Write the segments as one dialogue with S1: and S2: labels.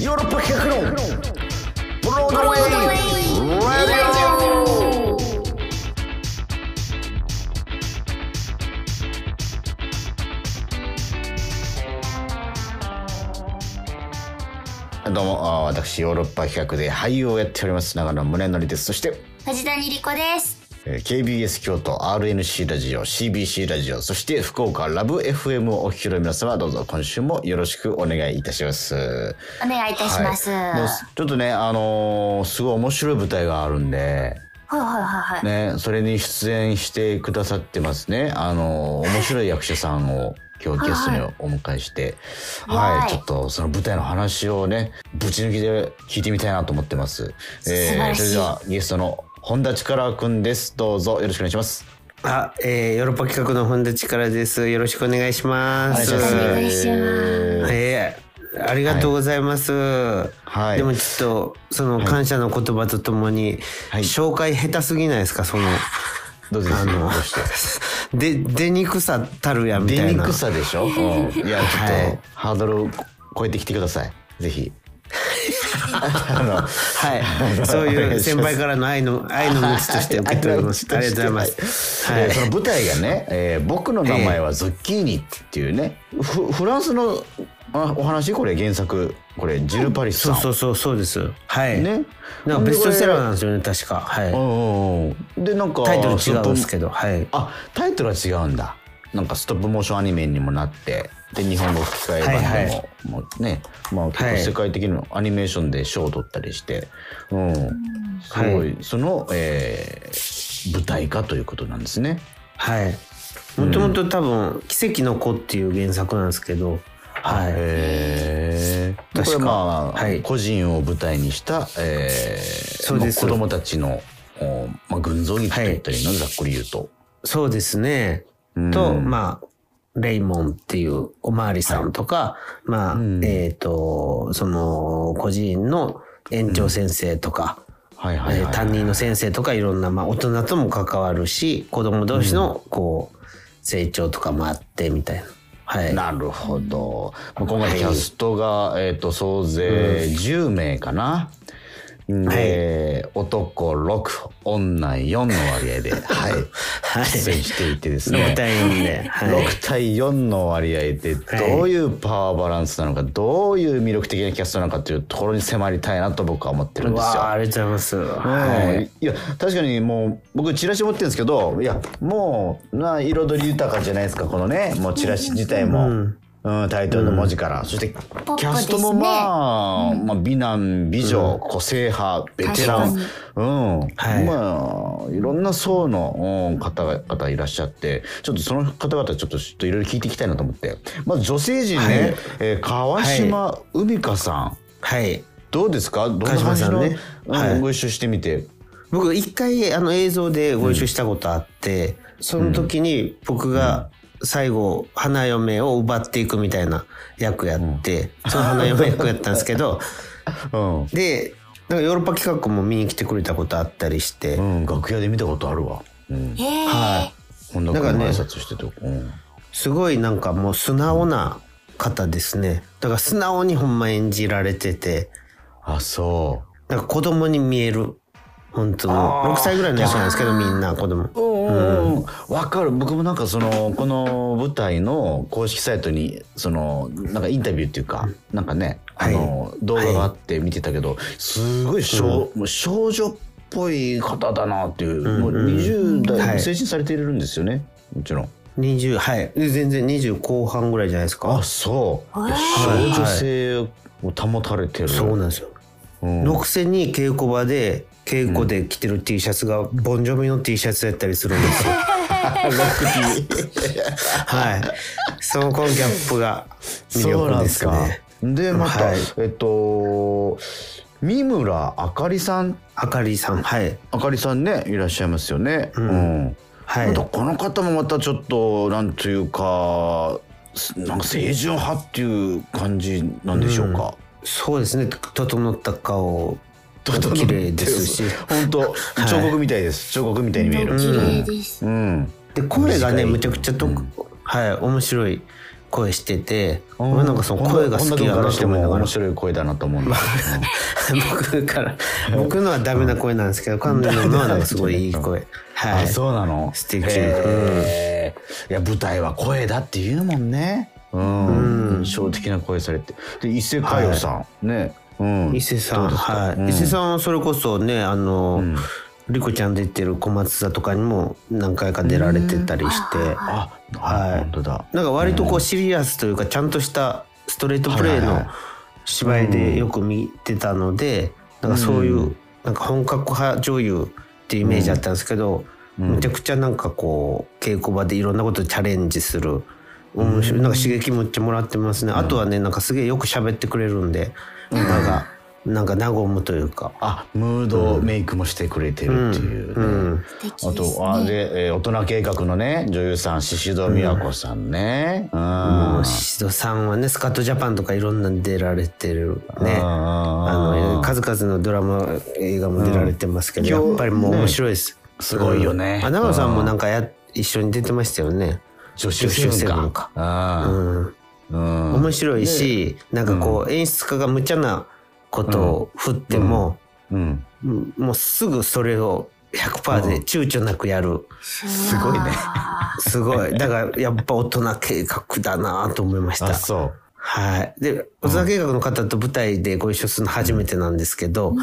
S1: ヨーロッパ企画のブロードウェイラジオどうもあー私ヨーロッパ企画で俳優をやっております長野宗則ですそして、
S2: 藤谷莉子です。
S1: えー KBS 京都 RNC ラジオ CBC ラジオそして福岡ラブ FM をお聞きの皆様どうぞ今週もよろしくお願いいたします
S2: お願いいたします。はい
S1: はいもうちょっとねあのーすごい面白い舞台があるんで、
S2: はいはいはい。
S1: ね、それに出演してくださってますねあのー面白い役者さんを今日ゲストにお迎えしてはい、
S2: はい
S1: ちょっとその舞台の話をねぶち抜きで聞いてみたいなと思ってます、
S2: 素晴らしい
S1: それではゲストの本田力くんですどうぞよろしくお願いします
S3: あ、えー、ヨーロッパ企画の本田力です。よろしくお願いします。
S2: お願いします
S3: えー、ありがとうございます。
S1: はい
S3: でもちょっとその感謝の言葉とともに、
S1: はい
S3: 紹介下手すぎないです かその
S1: どうぞ
S3: あ
S1: ど
S3: の
S1: うして
S3: で出にくさたるやみた
S1: 出
S3: い
S1: に
S3: な
S1: く。さでしょ、うん、いやちょっと、
S3: はい
S1: ハードルを超えてきてくださいぜ ひあの
S3: はい、そ う
S1: お願
S3: い
S1: いうし
S3: 先
S1: ます
S3: 輩からの愛の愛の無知として受け取 ります。ありがとうございます。は
S1: えーそ
S3: い。
S1: の舞台がね、えー僕の名前はズッキーニっていうね、フフランスのあお話これ原作これジル・パリスさ。
S3: そうんそうそうそうです。はい。
S1: ね
S3: なんかベストセラーなんですよね確か。は
S1: う
S3: い。
S1: んうんうんでなんか
S3: タイトル違うんで
S1: ス
S3: す
S1: トップ
S3: けど、はい。
S1: あタイトルは違うんだなんかストップモーションアニメにもなってで日本語吹き替え版でも,、
S3: はいは
S1: もうね、まあ、結
S3: は
S1: 構
S3: い
S1: 世界的なアニメーションで賞を取ったりして、うん、すごい、
S3: は
S1: その、えー舞台化ということなんですね。
S3: はい。もともと多分「奇跡の子」っていう原作なんですけど、は
S1: へえ。こ
S3: 確
S1: れ
S3: か
S1: まあ、
S3: はい
S1: 個人を舞台にした、えー
S3: そうで
S1: ま
S3: す
S1: あ子供たちの、おまあ、群像劇と言ったらいいの、ざっくり言うと。
S3: い、そうですね。と、まあレイモンっていうおまわりさんとか、まあ、
S1: ん
S3: えっ、とその個人の園長先生とか、
S1: はいはい
S3: え
S1: は
S3: ー
S1: い。
S3: 担任の先生とかいろんな、まあ、大人とも関わるし子供同士のこう、成長とかもあってみたいな。はい、
S1: なるほど。まあ今回キャストが、えっ、と、総勢10名かな。で、男6、女4の割合で、はい。
S3: はい
S1: 出演していてですね。
S3: 6対4 で、はい、
S1: 6対4の割合でどういうパワーバランスなのか、どういう魅力的なキャストなのかというところに迫りたいなと僕は思ってるん
S3: う
S1: ですよ
S3: わあ。ありがとうございます。
S1: は、
S3: はい
S1: いや確かにもう僕チラシ持ってるんですけどいやもうな彩り豊かじゃないですかこのねもうチラシ自体も、うんタイトルの文字から、そしてキ
S2: プですね
S1: ャストもまあ、まあ、美男美女、個性派ベテラン
S2: 確、
S1: うん
S3: はい
S1: まあいろんな層の、うん方々いらっしゃってちょっとその方々ちょっとちょっといろいろ聞いていきたいなと思ってまず女性陣ね、
S3: はい
S1: えー川島海香さん、
S3: い、はい
S1: どうですかどんな
S3: 川島
S1: 感じ
S3: さん
S1: の、
S3: ね
S1: うん
S3: はい
S1: ご一緒してみて。
S3: 僕一回あの映像でご一緒したことあって、その時に僕が最後花嫁を奪っていくみたいな役やって、その花嫁役やったんですけど
S1: うん
S3: でなんかヨーロッパ企画も見に来てくれたことあったりして、
S1: うん、楽屋で見たことあるわ。うん、
S2: ええ
S1: 本田
S3: だか
S1: 君
S3: ら
S1: の
S3: ね
S1: 挨拶してと、うん、
S3: すごいなんかもう素直な方ですねだから素直にほんま演じられてて
S1: あ、そ
S3: なんか子供に見える本当
S1: あー
S3: の6歳ぐらいの人なんですけどみんな子供
S1: う。うん、わかる。僕もなんかそのこの舞台の公式サイトにそのなんかインタビューっていうか、なんかね、あの、動画があって見てたけど、すごい少、もう少女っぽい方だなっていう。もう20代、
S3: はい
S1: 成人されてるんですよね。もちろん。
S3: 20はいで全然20後半ぐらいじゃないですか
S1: あ、そう。いや
S3: はい
S1: 少女性を保たれてる。
S3: そうなんですよ、
S1: うん
S3: のくせに稽古場で稽古で着てる T シャツがボンジョビの T シャツやったりするん ですよはいそのこのギャップが魅力ですね
S1: でまた、
S3: はい
S1: えっと三村あかりさん
S3: あかりさんはい
S1: あかりさんねいらっしゃいますよね。うん。
S3: はい
S1: またこの方もまたちょっとなんというかすなんか清純派っていう感じなんでしょうか。
S3: そうですね整った顔
S1: 整って
S3: 綺麗ですし
S1: 本当
S3: い
S1: 彫刻みたいです、彫刻みたいに見える。
S2: 綺麗です。
S1: うん。
S3: で声が
S1: 短
S3: ね
S1: い
S3: むちゃくちゃと、はい面白い声してて、俺なんかその声が好きや
S1: 本田君
S3: なと
S1: から
S3: 思い
S1: して
S3: な
S1: も
S3: がら
S1: 面白い声だなと思うんだけど
S3: 僕から僕のはダメな声なんですけど彼女のはなんかすごいいい声は
S1: あ
S3: い
S1: そうなの
S3: 素敵
S1: へーいや舞台は声だって言うもんねうん、印象的な声されてで伊勢佳代さん、ね、うん、
S3: 伊勢さ、
S1: どうんですか
S3: はい、
S1: うん
S3: 伊勢さんはそれこそねあの、
S1: ん
S3: リコちゃん出てる小松座とかにも何回か出られてたりして、
S1: あ、
S3: はい
S1: 本当だ
S3: なんか割とこうシリアスというかちゃんとしたストレートプ
S1: はい
S3: レー
S1: はい
S3: の
S1: はい
S3: 芝居でよく見てたので、なんかそういうなんか本格派女優っていうイメージだったんですけど、めちゃくちゃなんかこう稽古場でいろんなことチャレンジする。面白いなんか刺激もっちゃもらってますね、あとはねなんかすげえよく喋ってくれるんで、なんかなんか和むというか
S1: あムードメイクもしてくれてるっていう、
S3: うん
S2: 素敵
S1: あ
S2: ですね
S1: とあれ、えー大人計画のね女優さん宍戸美和子さんねうん、
S3: もうシドさんはねスカットジャパンとかいろんなの出られてるね
S1: うん
S3: あの数々のドラマ映画も出られてますけど、やっぱりもう面白いです、
S1: すごいよね
S3: あ長野さんもなんかや一緒に出てましたよね
S1: 助手
S3: 助手
S1: セ
S3: セ
S1: ブ
S3: ブ
S1: ン
S3: ン
S1: か
S3: か
S1: あーうん
S3: 面白いし、なんかこう演出家が無茶なことを振っても、
S1: うん
S3: うんもうすぐそれを100%で躊躇なくやる、
S2: す
S1: ごいね
S3: すごいだからやっぱ大人計画だなと思いました
S1: あそう
S3: はい。で、小沢計画の方と舞台でご一緒するの初めてなんですけど、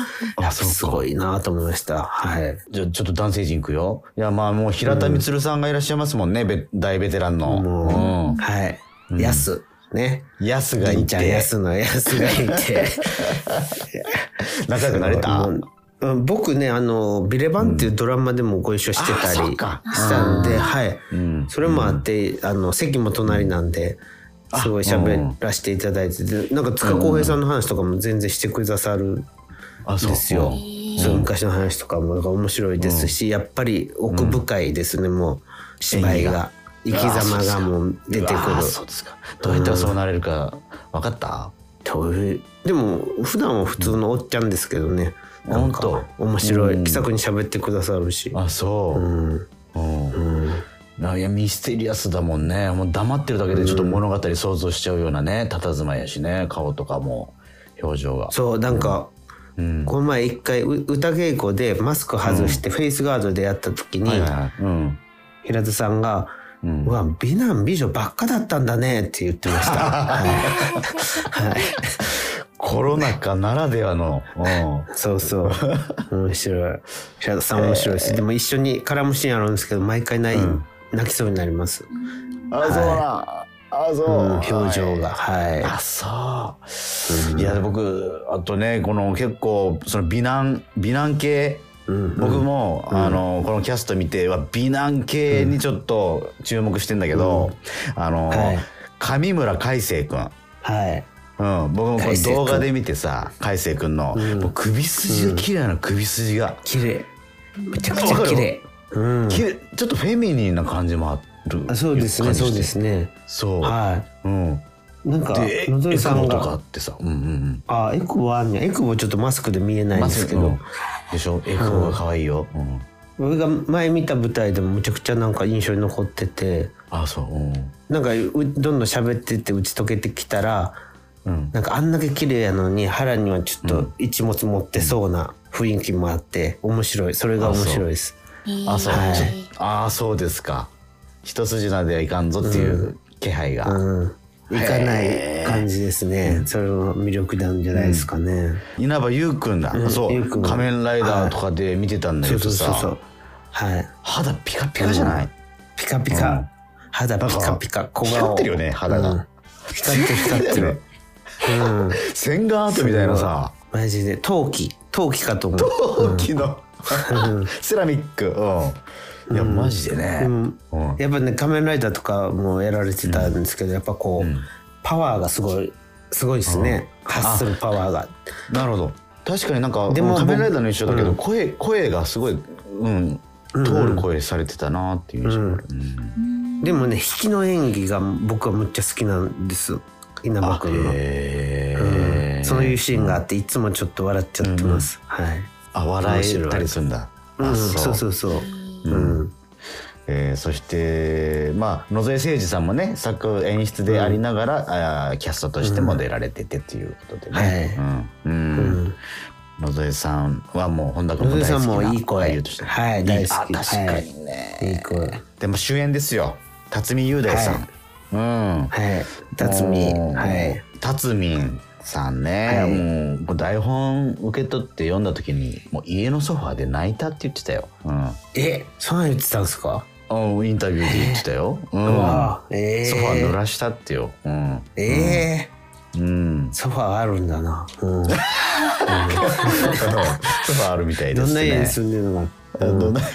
S3: やっぱすごいなと思いました。はい。
S1: じゃあちょっと男性陣いくよいやまあもう平田充さんがいらっしゃいますもんね、べ大ベテランの、
S3: はい。やす。ね。
S1: うん、ヤスが
S3: り
S1: い
S3: んちゃん、や
S1: て
S3: すのやすがい て。
S1: 仲良くなれた
S3: もううん僕ね、あの、ビレバンっていうドラマでもご一緒してた
S1: あそ
S3: り
S1: うか
S3: したんで、はい。
S1: うん
S3: それもあって、あの、席も隣なんで、すごい喋らせていただいてて、なんか塚浩平さんの話とかも全然してくださる
S1: あそう
S3: ですよ。そう昔の話とかもなんか面白いですし、やっぱり奥深いですね、もう芝居が生き様がもう出てくる
S1: うわーそうですかどうやったらそうなれるか分かった、
S3: というでも普段は普通のおっちゃんですけどね、
S1: うん
S3: なん
S1: ほん
S3: か
S1: と
S3: 面白い、
S1: うん
S3: 気さくに喋ってくださるし、
S1: あそうう、
S3: ん
S1: うん
S3: うん、
S1: なんかいやミステリアスだもんねもう黙ってるだけでちょっと物語想像しちゃうようなね佇まいやしね顔とかも表情が
S3: そうなんか、
S1: うん
S3: この前一回う歌稽古でマスク外してフェイスガードでやった時に、
S1: はいはいはいうん
S3: 平田さんが
S1: う
S3: 「
S1: ん
S3: うわ美男美女ばっかだったんだね」って言ってました。はい
S1: コロナ禍ならではの、 う
S3: そ うそう。面白い。平田さん面白いです。でも一緒に絡むシーンあるんですけど、毎回ない、
S1: うん
S3: 泣きそうになります。
S1: ん、あそうなあそうう、
S3: ん、表情が。はい。
S1: あそう、いや僕あとねこの結構その美男美男系
S3: うん
S1: 僕も、あのこのキャスト見ては美男系にちょっと注目してんだけど、あの、
S3: はい
S1: 上村海星君
S3: はい。
S1: うん、僕もこ
S3: 海
S1: れ
S3: 星君
S1: 動画で見てさ海星君の、
S3: うん
S1: もう首筋が綺麗なの首筋が、
S3: 綺麗。めちゃく
S1: ちゃ綺麗。
S3: うん。
S1: きれちょっとフェミニーな感じもある
S3: あそうですね。そうですね。
S1: そう、
S3: は
S1: うん、
S3: い。なんか、
S1: でエ
S3: のぞり
S1: ク
S3: さん
S1: ボとかあ
S3: が。
S1: ってさ、うんうんうん、
S3: あ、エクボあんねやエクボちょっとマスクで見えないんですけ
S1: マ
S3: ど
S1: ス。クうんでしょエクボが可愛いよ、うん、
S3: 俺が前見た舞台でもむちゃくちゃなんか印象に残ってて、
S1: あそううん、
S3: なんかうどんどん喋ってって打ち解けてきたら、
S1: うん、
S3: なんかあんだけ綺麗やのに腹にはちょっと一物持ってそうな雰囲気もあって面白いそれが面白いです
S1: あそう、
S3: はい
S1: ちょあそうですか一筋縄ではいかんぞっていう気配が、
S3: うんいかない感じですねそれも魅力なんじゃないですかね、
S1: 稲葉優くんだ、
S3: ん
S1: そ
S3: 優
S1: う
S3: くん
S1: 仮面ライダーとかで見てたんだ
S3: そ
S1: け
S3: う
S1: ど
S3: そう
S1: さ、
S3: そうそうはい
S1: 肌ピカピカじゃない、
S3: ピカピカ、
S1: うん
S3: 肌ピカピカ小
S1: 光
S3: 顔
S1: ってるよね肌が、
S3: うんピカピカ光ってる、うん、
S1: 洗顔跡みたいなさ
S3: マジで陶器陶器かと思う
S1: 陶器のセラミックうんいやマジでね、
S3: うん
S1: うん
S3: やっぱね仮面ライダーとかもやられてたんですけど、やっぱこう、
S1: ん
S3: パワーがすごいすごいですね、発するパワーが
S1: なるほど確かになんか
S3: でも
S1: 仮面ライダーの一緒だけど、
S3: うん
S1: 声声がすごい、うん、通る声されてたなっていう印象がある、うん
S3: でもね引きの演技が僕はむっちゃ好きなんです稲葉
S1: あ
S3: 君の、
S1: へ
S3: うん
S1: え、
S3: そういうシーンがあっていつもちょっと笑っちゃってます、はい、
S1: あ笑えたりするんだ、
S3: う
S1: あ
S3: ん、そうそうそう、うん
S1: えーそして、まあ、野添誠二さんもね作演出でありながら、あーキャストとしても出られててっていうことでね、うんうん
S3: うん
S1: 野添さんはもう本田君
S3: 野
S1: も大
S3: 添
S1: 好きな
S3: さんもいい声
S1: 俳優として
S3: はい大好き
S1: あ確かにね、
S3: いい子はい
S1: でも主演ですよ辰巳雄大さん、
S3: はい
S1: うん
S3: 辰巳
S1: もう
S3: はい
S1: 辰巳さんね、
S3: はい
S1: もうこう台本受け取って読んだ時にもう家のソファーで泣いたって言ってたよ、う
S3: えそんなん言ってたんですか
S1: ん、うんインタビューで言ってたよ、うん
S3: うわえー
S1: ソファー濡らしたってよ、うん
S3: え
S1: うん
S3: ー、ソファーあるんだなうん
S1: ソファーあるみたいで
S3: ど
S1: すね
S3: んな家に住んでるのか
S1: どんない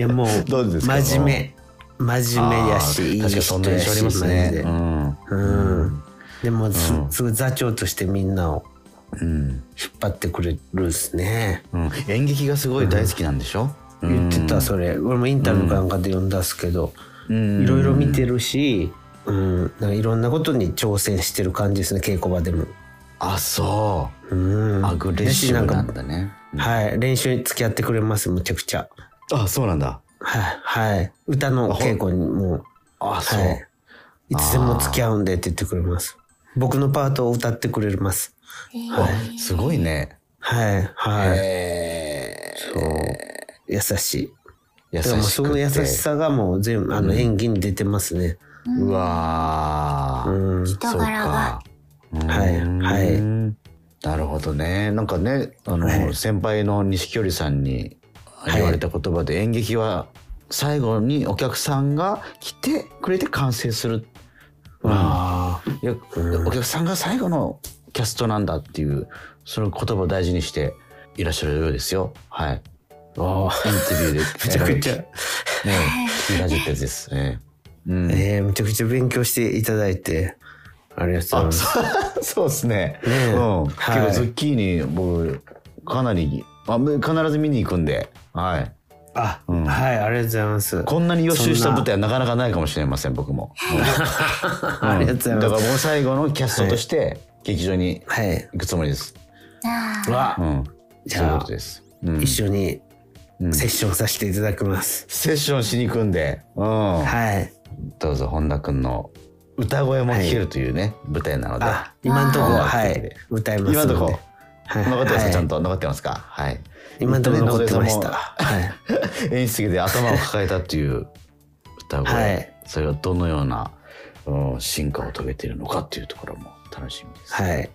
S3: やもう
S1: どうですか
S3: 真面目真面目や
S1: あー
S3: しいい
S1: 確かにそんな
S3: 人や
S1: 印象ありま
S3: し
S1: す
S3: マジで
S1: ねうん
S3: うんでもす
S1: うん
S3: すごい座長としてみんなを
S1: うん
S3: 引っ張ってくれるっすね
S1: うん演劇がすごい大好きなんでしょ、
S3: 言ってた
S1: れ
S3: それ俺もインタビューかなんかで読んだっすけどいろいろ見てるしうんなんかいろんなことに挑戦してる感じですね稽古場でも
S1: あそう
S3: うん
S1: アグレッシブなん
S3: だし
S1: だね
S3: なんかはい練習に付き合ってくれますむちゃくちゃ
S1: あそうなんだ
S3: はいはい歌の稽古にもう
S1: あそう、
S3: はい。いつでも付き合うんでって言ってくれます。僕のパートを歌ってくれます。
S1: あすごいね
S3: はい、はい。
S1: へえ
S3: そう優しい。
S1: 優
S3: だからもう
S1: し
S3: そ
S1: く
S3: の
S1: て
S3: 優しさがもう全部、あの演技に出てますね。
S1: うわー、
S3: うん。
S1: そう
S2: 人柄が
S1: かうん
S3: はいはい
S1: なるほどねなんかねあの、
S3: はい
S1: 先輩の錦織さんに
S3: い
S1: 言われた言葉で、演劇は最後にお客さんが来てくれて完成する、
S3: わあ。
S1: いやお客さんが最後のキャストなんだっていうその言葉を大事にしていらっしゃるようですよはい
S3: あ
S1: イ
S3: あ。
S1: ンタビュ ーで
S3: めちゃくちゃ
S1: ね、えラジオです、ええうん
S3: えー、めちゃくちゃ勉強していただいて、ありがとうござい
S1: あ
S3: ます。
S1: そうそうですね。
S3: ねえ
S1: うん。結
S3: はい
S1: 構ズッキーニ僕かなりあむ必ず見に行くんで、はい。
S3: あ、
S1: うん
S3: はい、ありがとうございます。
S1: こんなに予習し
S3: そ
S1: た
S3: んな
S1: 舞台はなかなかないかもしれません僕も。うん
S3: ありがとうござい
S1: だ
S3: ます
S1: からもう最後のキャストとして劇場に
S3: はい。
S1: 行くつもりです。
S2: あー
S3: わ
S1: う
S3: あ、
S1: ん。
S3: じ
S1: そういう
S3: ゃ
S1: こ
S3: あ
S1: と、です。うん
S3: 一緒に
S1: うん
S3: セッションさせていただきます。
S1: セッションしに行くんで、うん。
S3: はい。
S1: どうぞ本田くんの歌声も聴けるというね舞台なので。
S3: あ、今んとこ、
S1: わあ
S3: はい、歌います
S1: 今
S3: の
S1: の
S3: で。
S1: とこ
S3: はい、
S1: 残ってます
S3: はい
S1: かちゃんと残ってますか。はい。
S3: 今のところ残ってまし
S1: 本当に野添さんも
S3: た。はい。
S1: 演出で頭を抱えたっていう歌声、
S3: はい
S1: それがどのような、うん進化を遂げているのかっていうところも楽しみです。
S3: はい。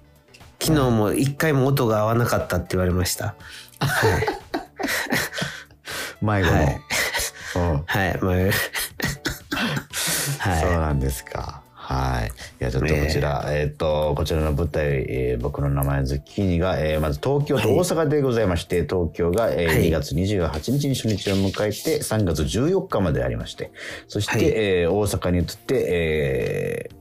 S3: 昨日も一回も音が合わなかったって言われました。はい。
S1: 迷子の、
S3: はい
S1: うん
S3: はい。 まあ、
S1: そう
S3: は
S1: なんですか。はい。いや、ちょっとこちら、えっ、と、こちらの舞台、えー僕の名前、ズッキーニが、えーまず東京と大阪でございまして、東京が、えー
S3: はい
S1: 2月28日に初日を迎えて、3月14日までありまして、そして、
S3: はい
S1: えー大阪に移って、えー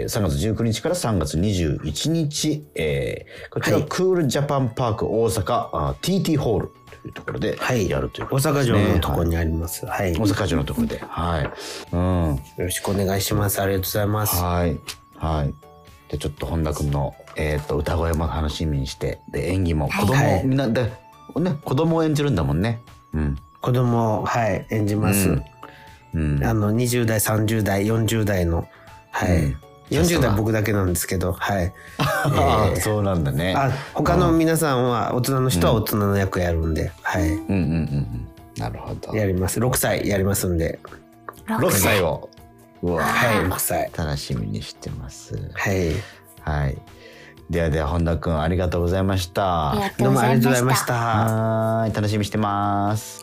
S1: えー3月19日から3月21日、えーこちら、
S3: はい
S1: クールジャパンパーク大阪あー TT ホールというところで
S3: はい
S1: やるとい
S3: い。
S1: う
S3: 大
S1: ことで
S3: 阪
S1: すね、
S3: 城のとこ
S1: はい
S3: にあります。はい。
S1: 大
S3: よ
S1: 阪城のところで、はい。うん。
S3: ろしくお願いします。ありがとうございます。
S1: はい。はい。で、ちょっと本田君の、えー、と歌声も楽しみにして、で、演技も、子供、
S3: はい
S1: みんな、で、ね、子供を演じるんだもんね。うん。
S3: 子供を、はい、演じます。
S1: うんうん。
S3: あの、20代、30代、40代の、はい。
S1: うん
S3: 40代僕だけなんですけど、はい。
S1: あ ーそうなんだね。
S3: あ、他の皆さんは、大人の人は大人の役やるんで、はい。
S1: うんうんうんうん。なるほど。
S3: やります。6歳やりますんで。
S1: 6歳を。うわ。
S3: はい、6歳。
S1: 楽しみにしてます。
S3: はい。
S1: はい。ではでは、本田君、ありがとうございました。
S2: ありがと
S3: ど
S2: う
S3: う
S2: ご
S3: もあ
S2: ざ
S3: り
S2: い
S3: がと
S2: ま
S3: うございま
S2: し。
S3: したた。
S1: はーい、楽しみにしてます。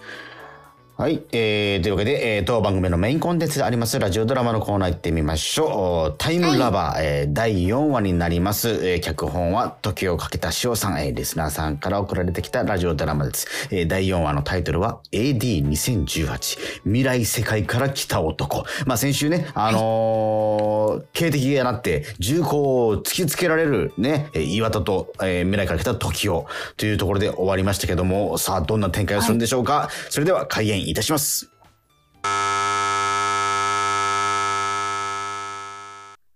S1: はい、えー、というわけで、えー、当番組のメインコンテンツであります、ラジオドラマのコーナー行ってみましょう。タイムラバー、えー第4話になります。えー脚本は、時をかけた塩さん、えーリスナーさんから送られてきたラジオドラマです。えー第4話のタイトルは、AD2018、未来世界から来た男。まあ、先週ね、あのー警笛が鳴って、銃口を突きつけられる、ね、えー岩田と、えー未来から来た時を、というところで終わりましたけども、さあ、どんな展開をするんでしょうか。それでは、開演いたします。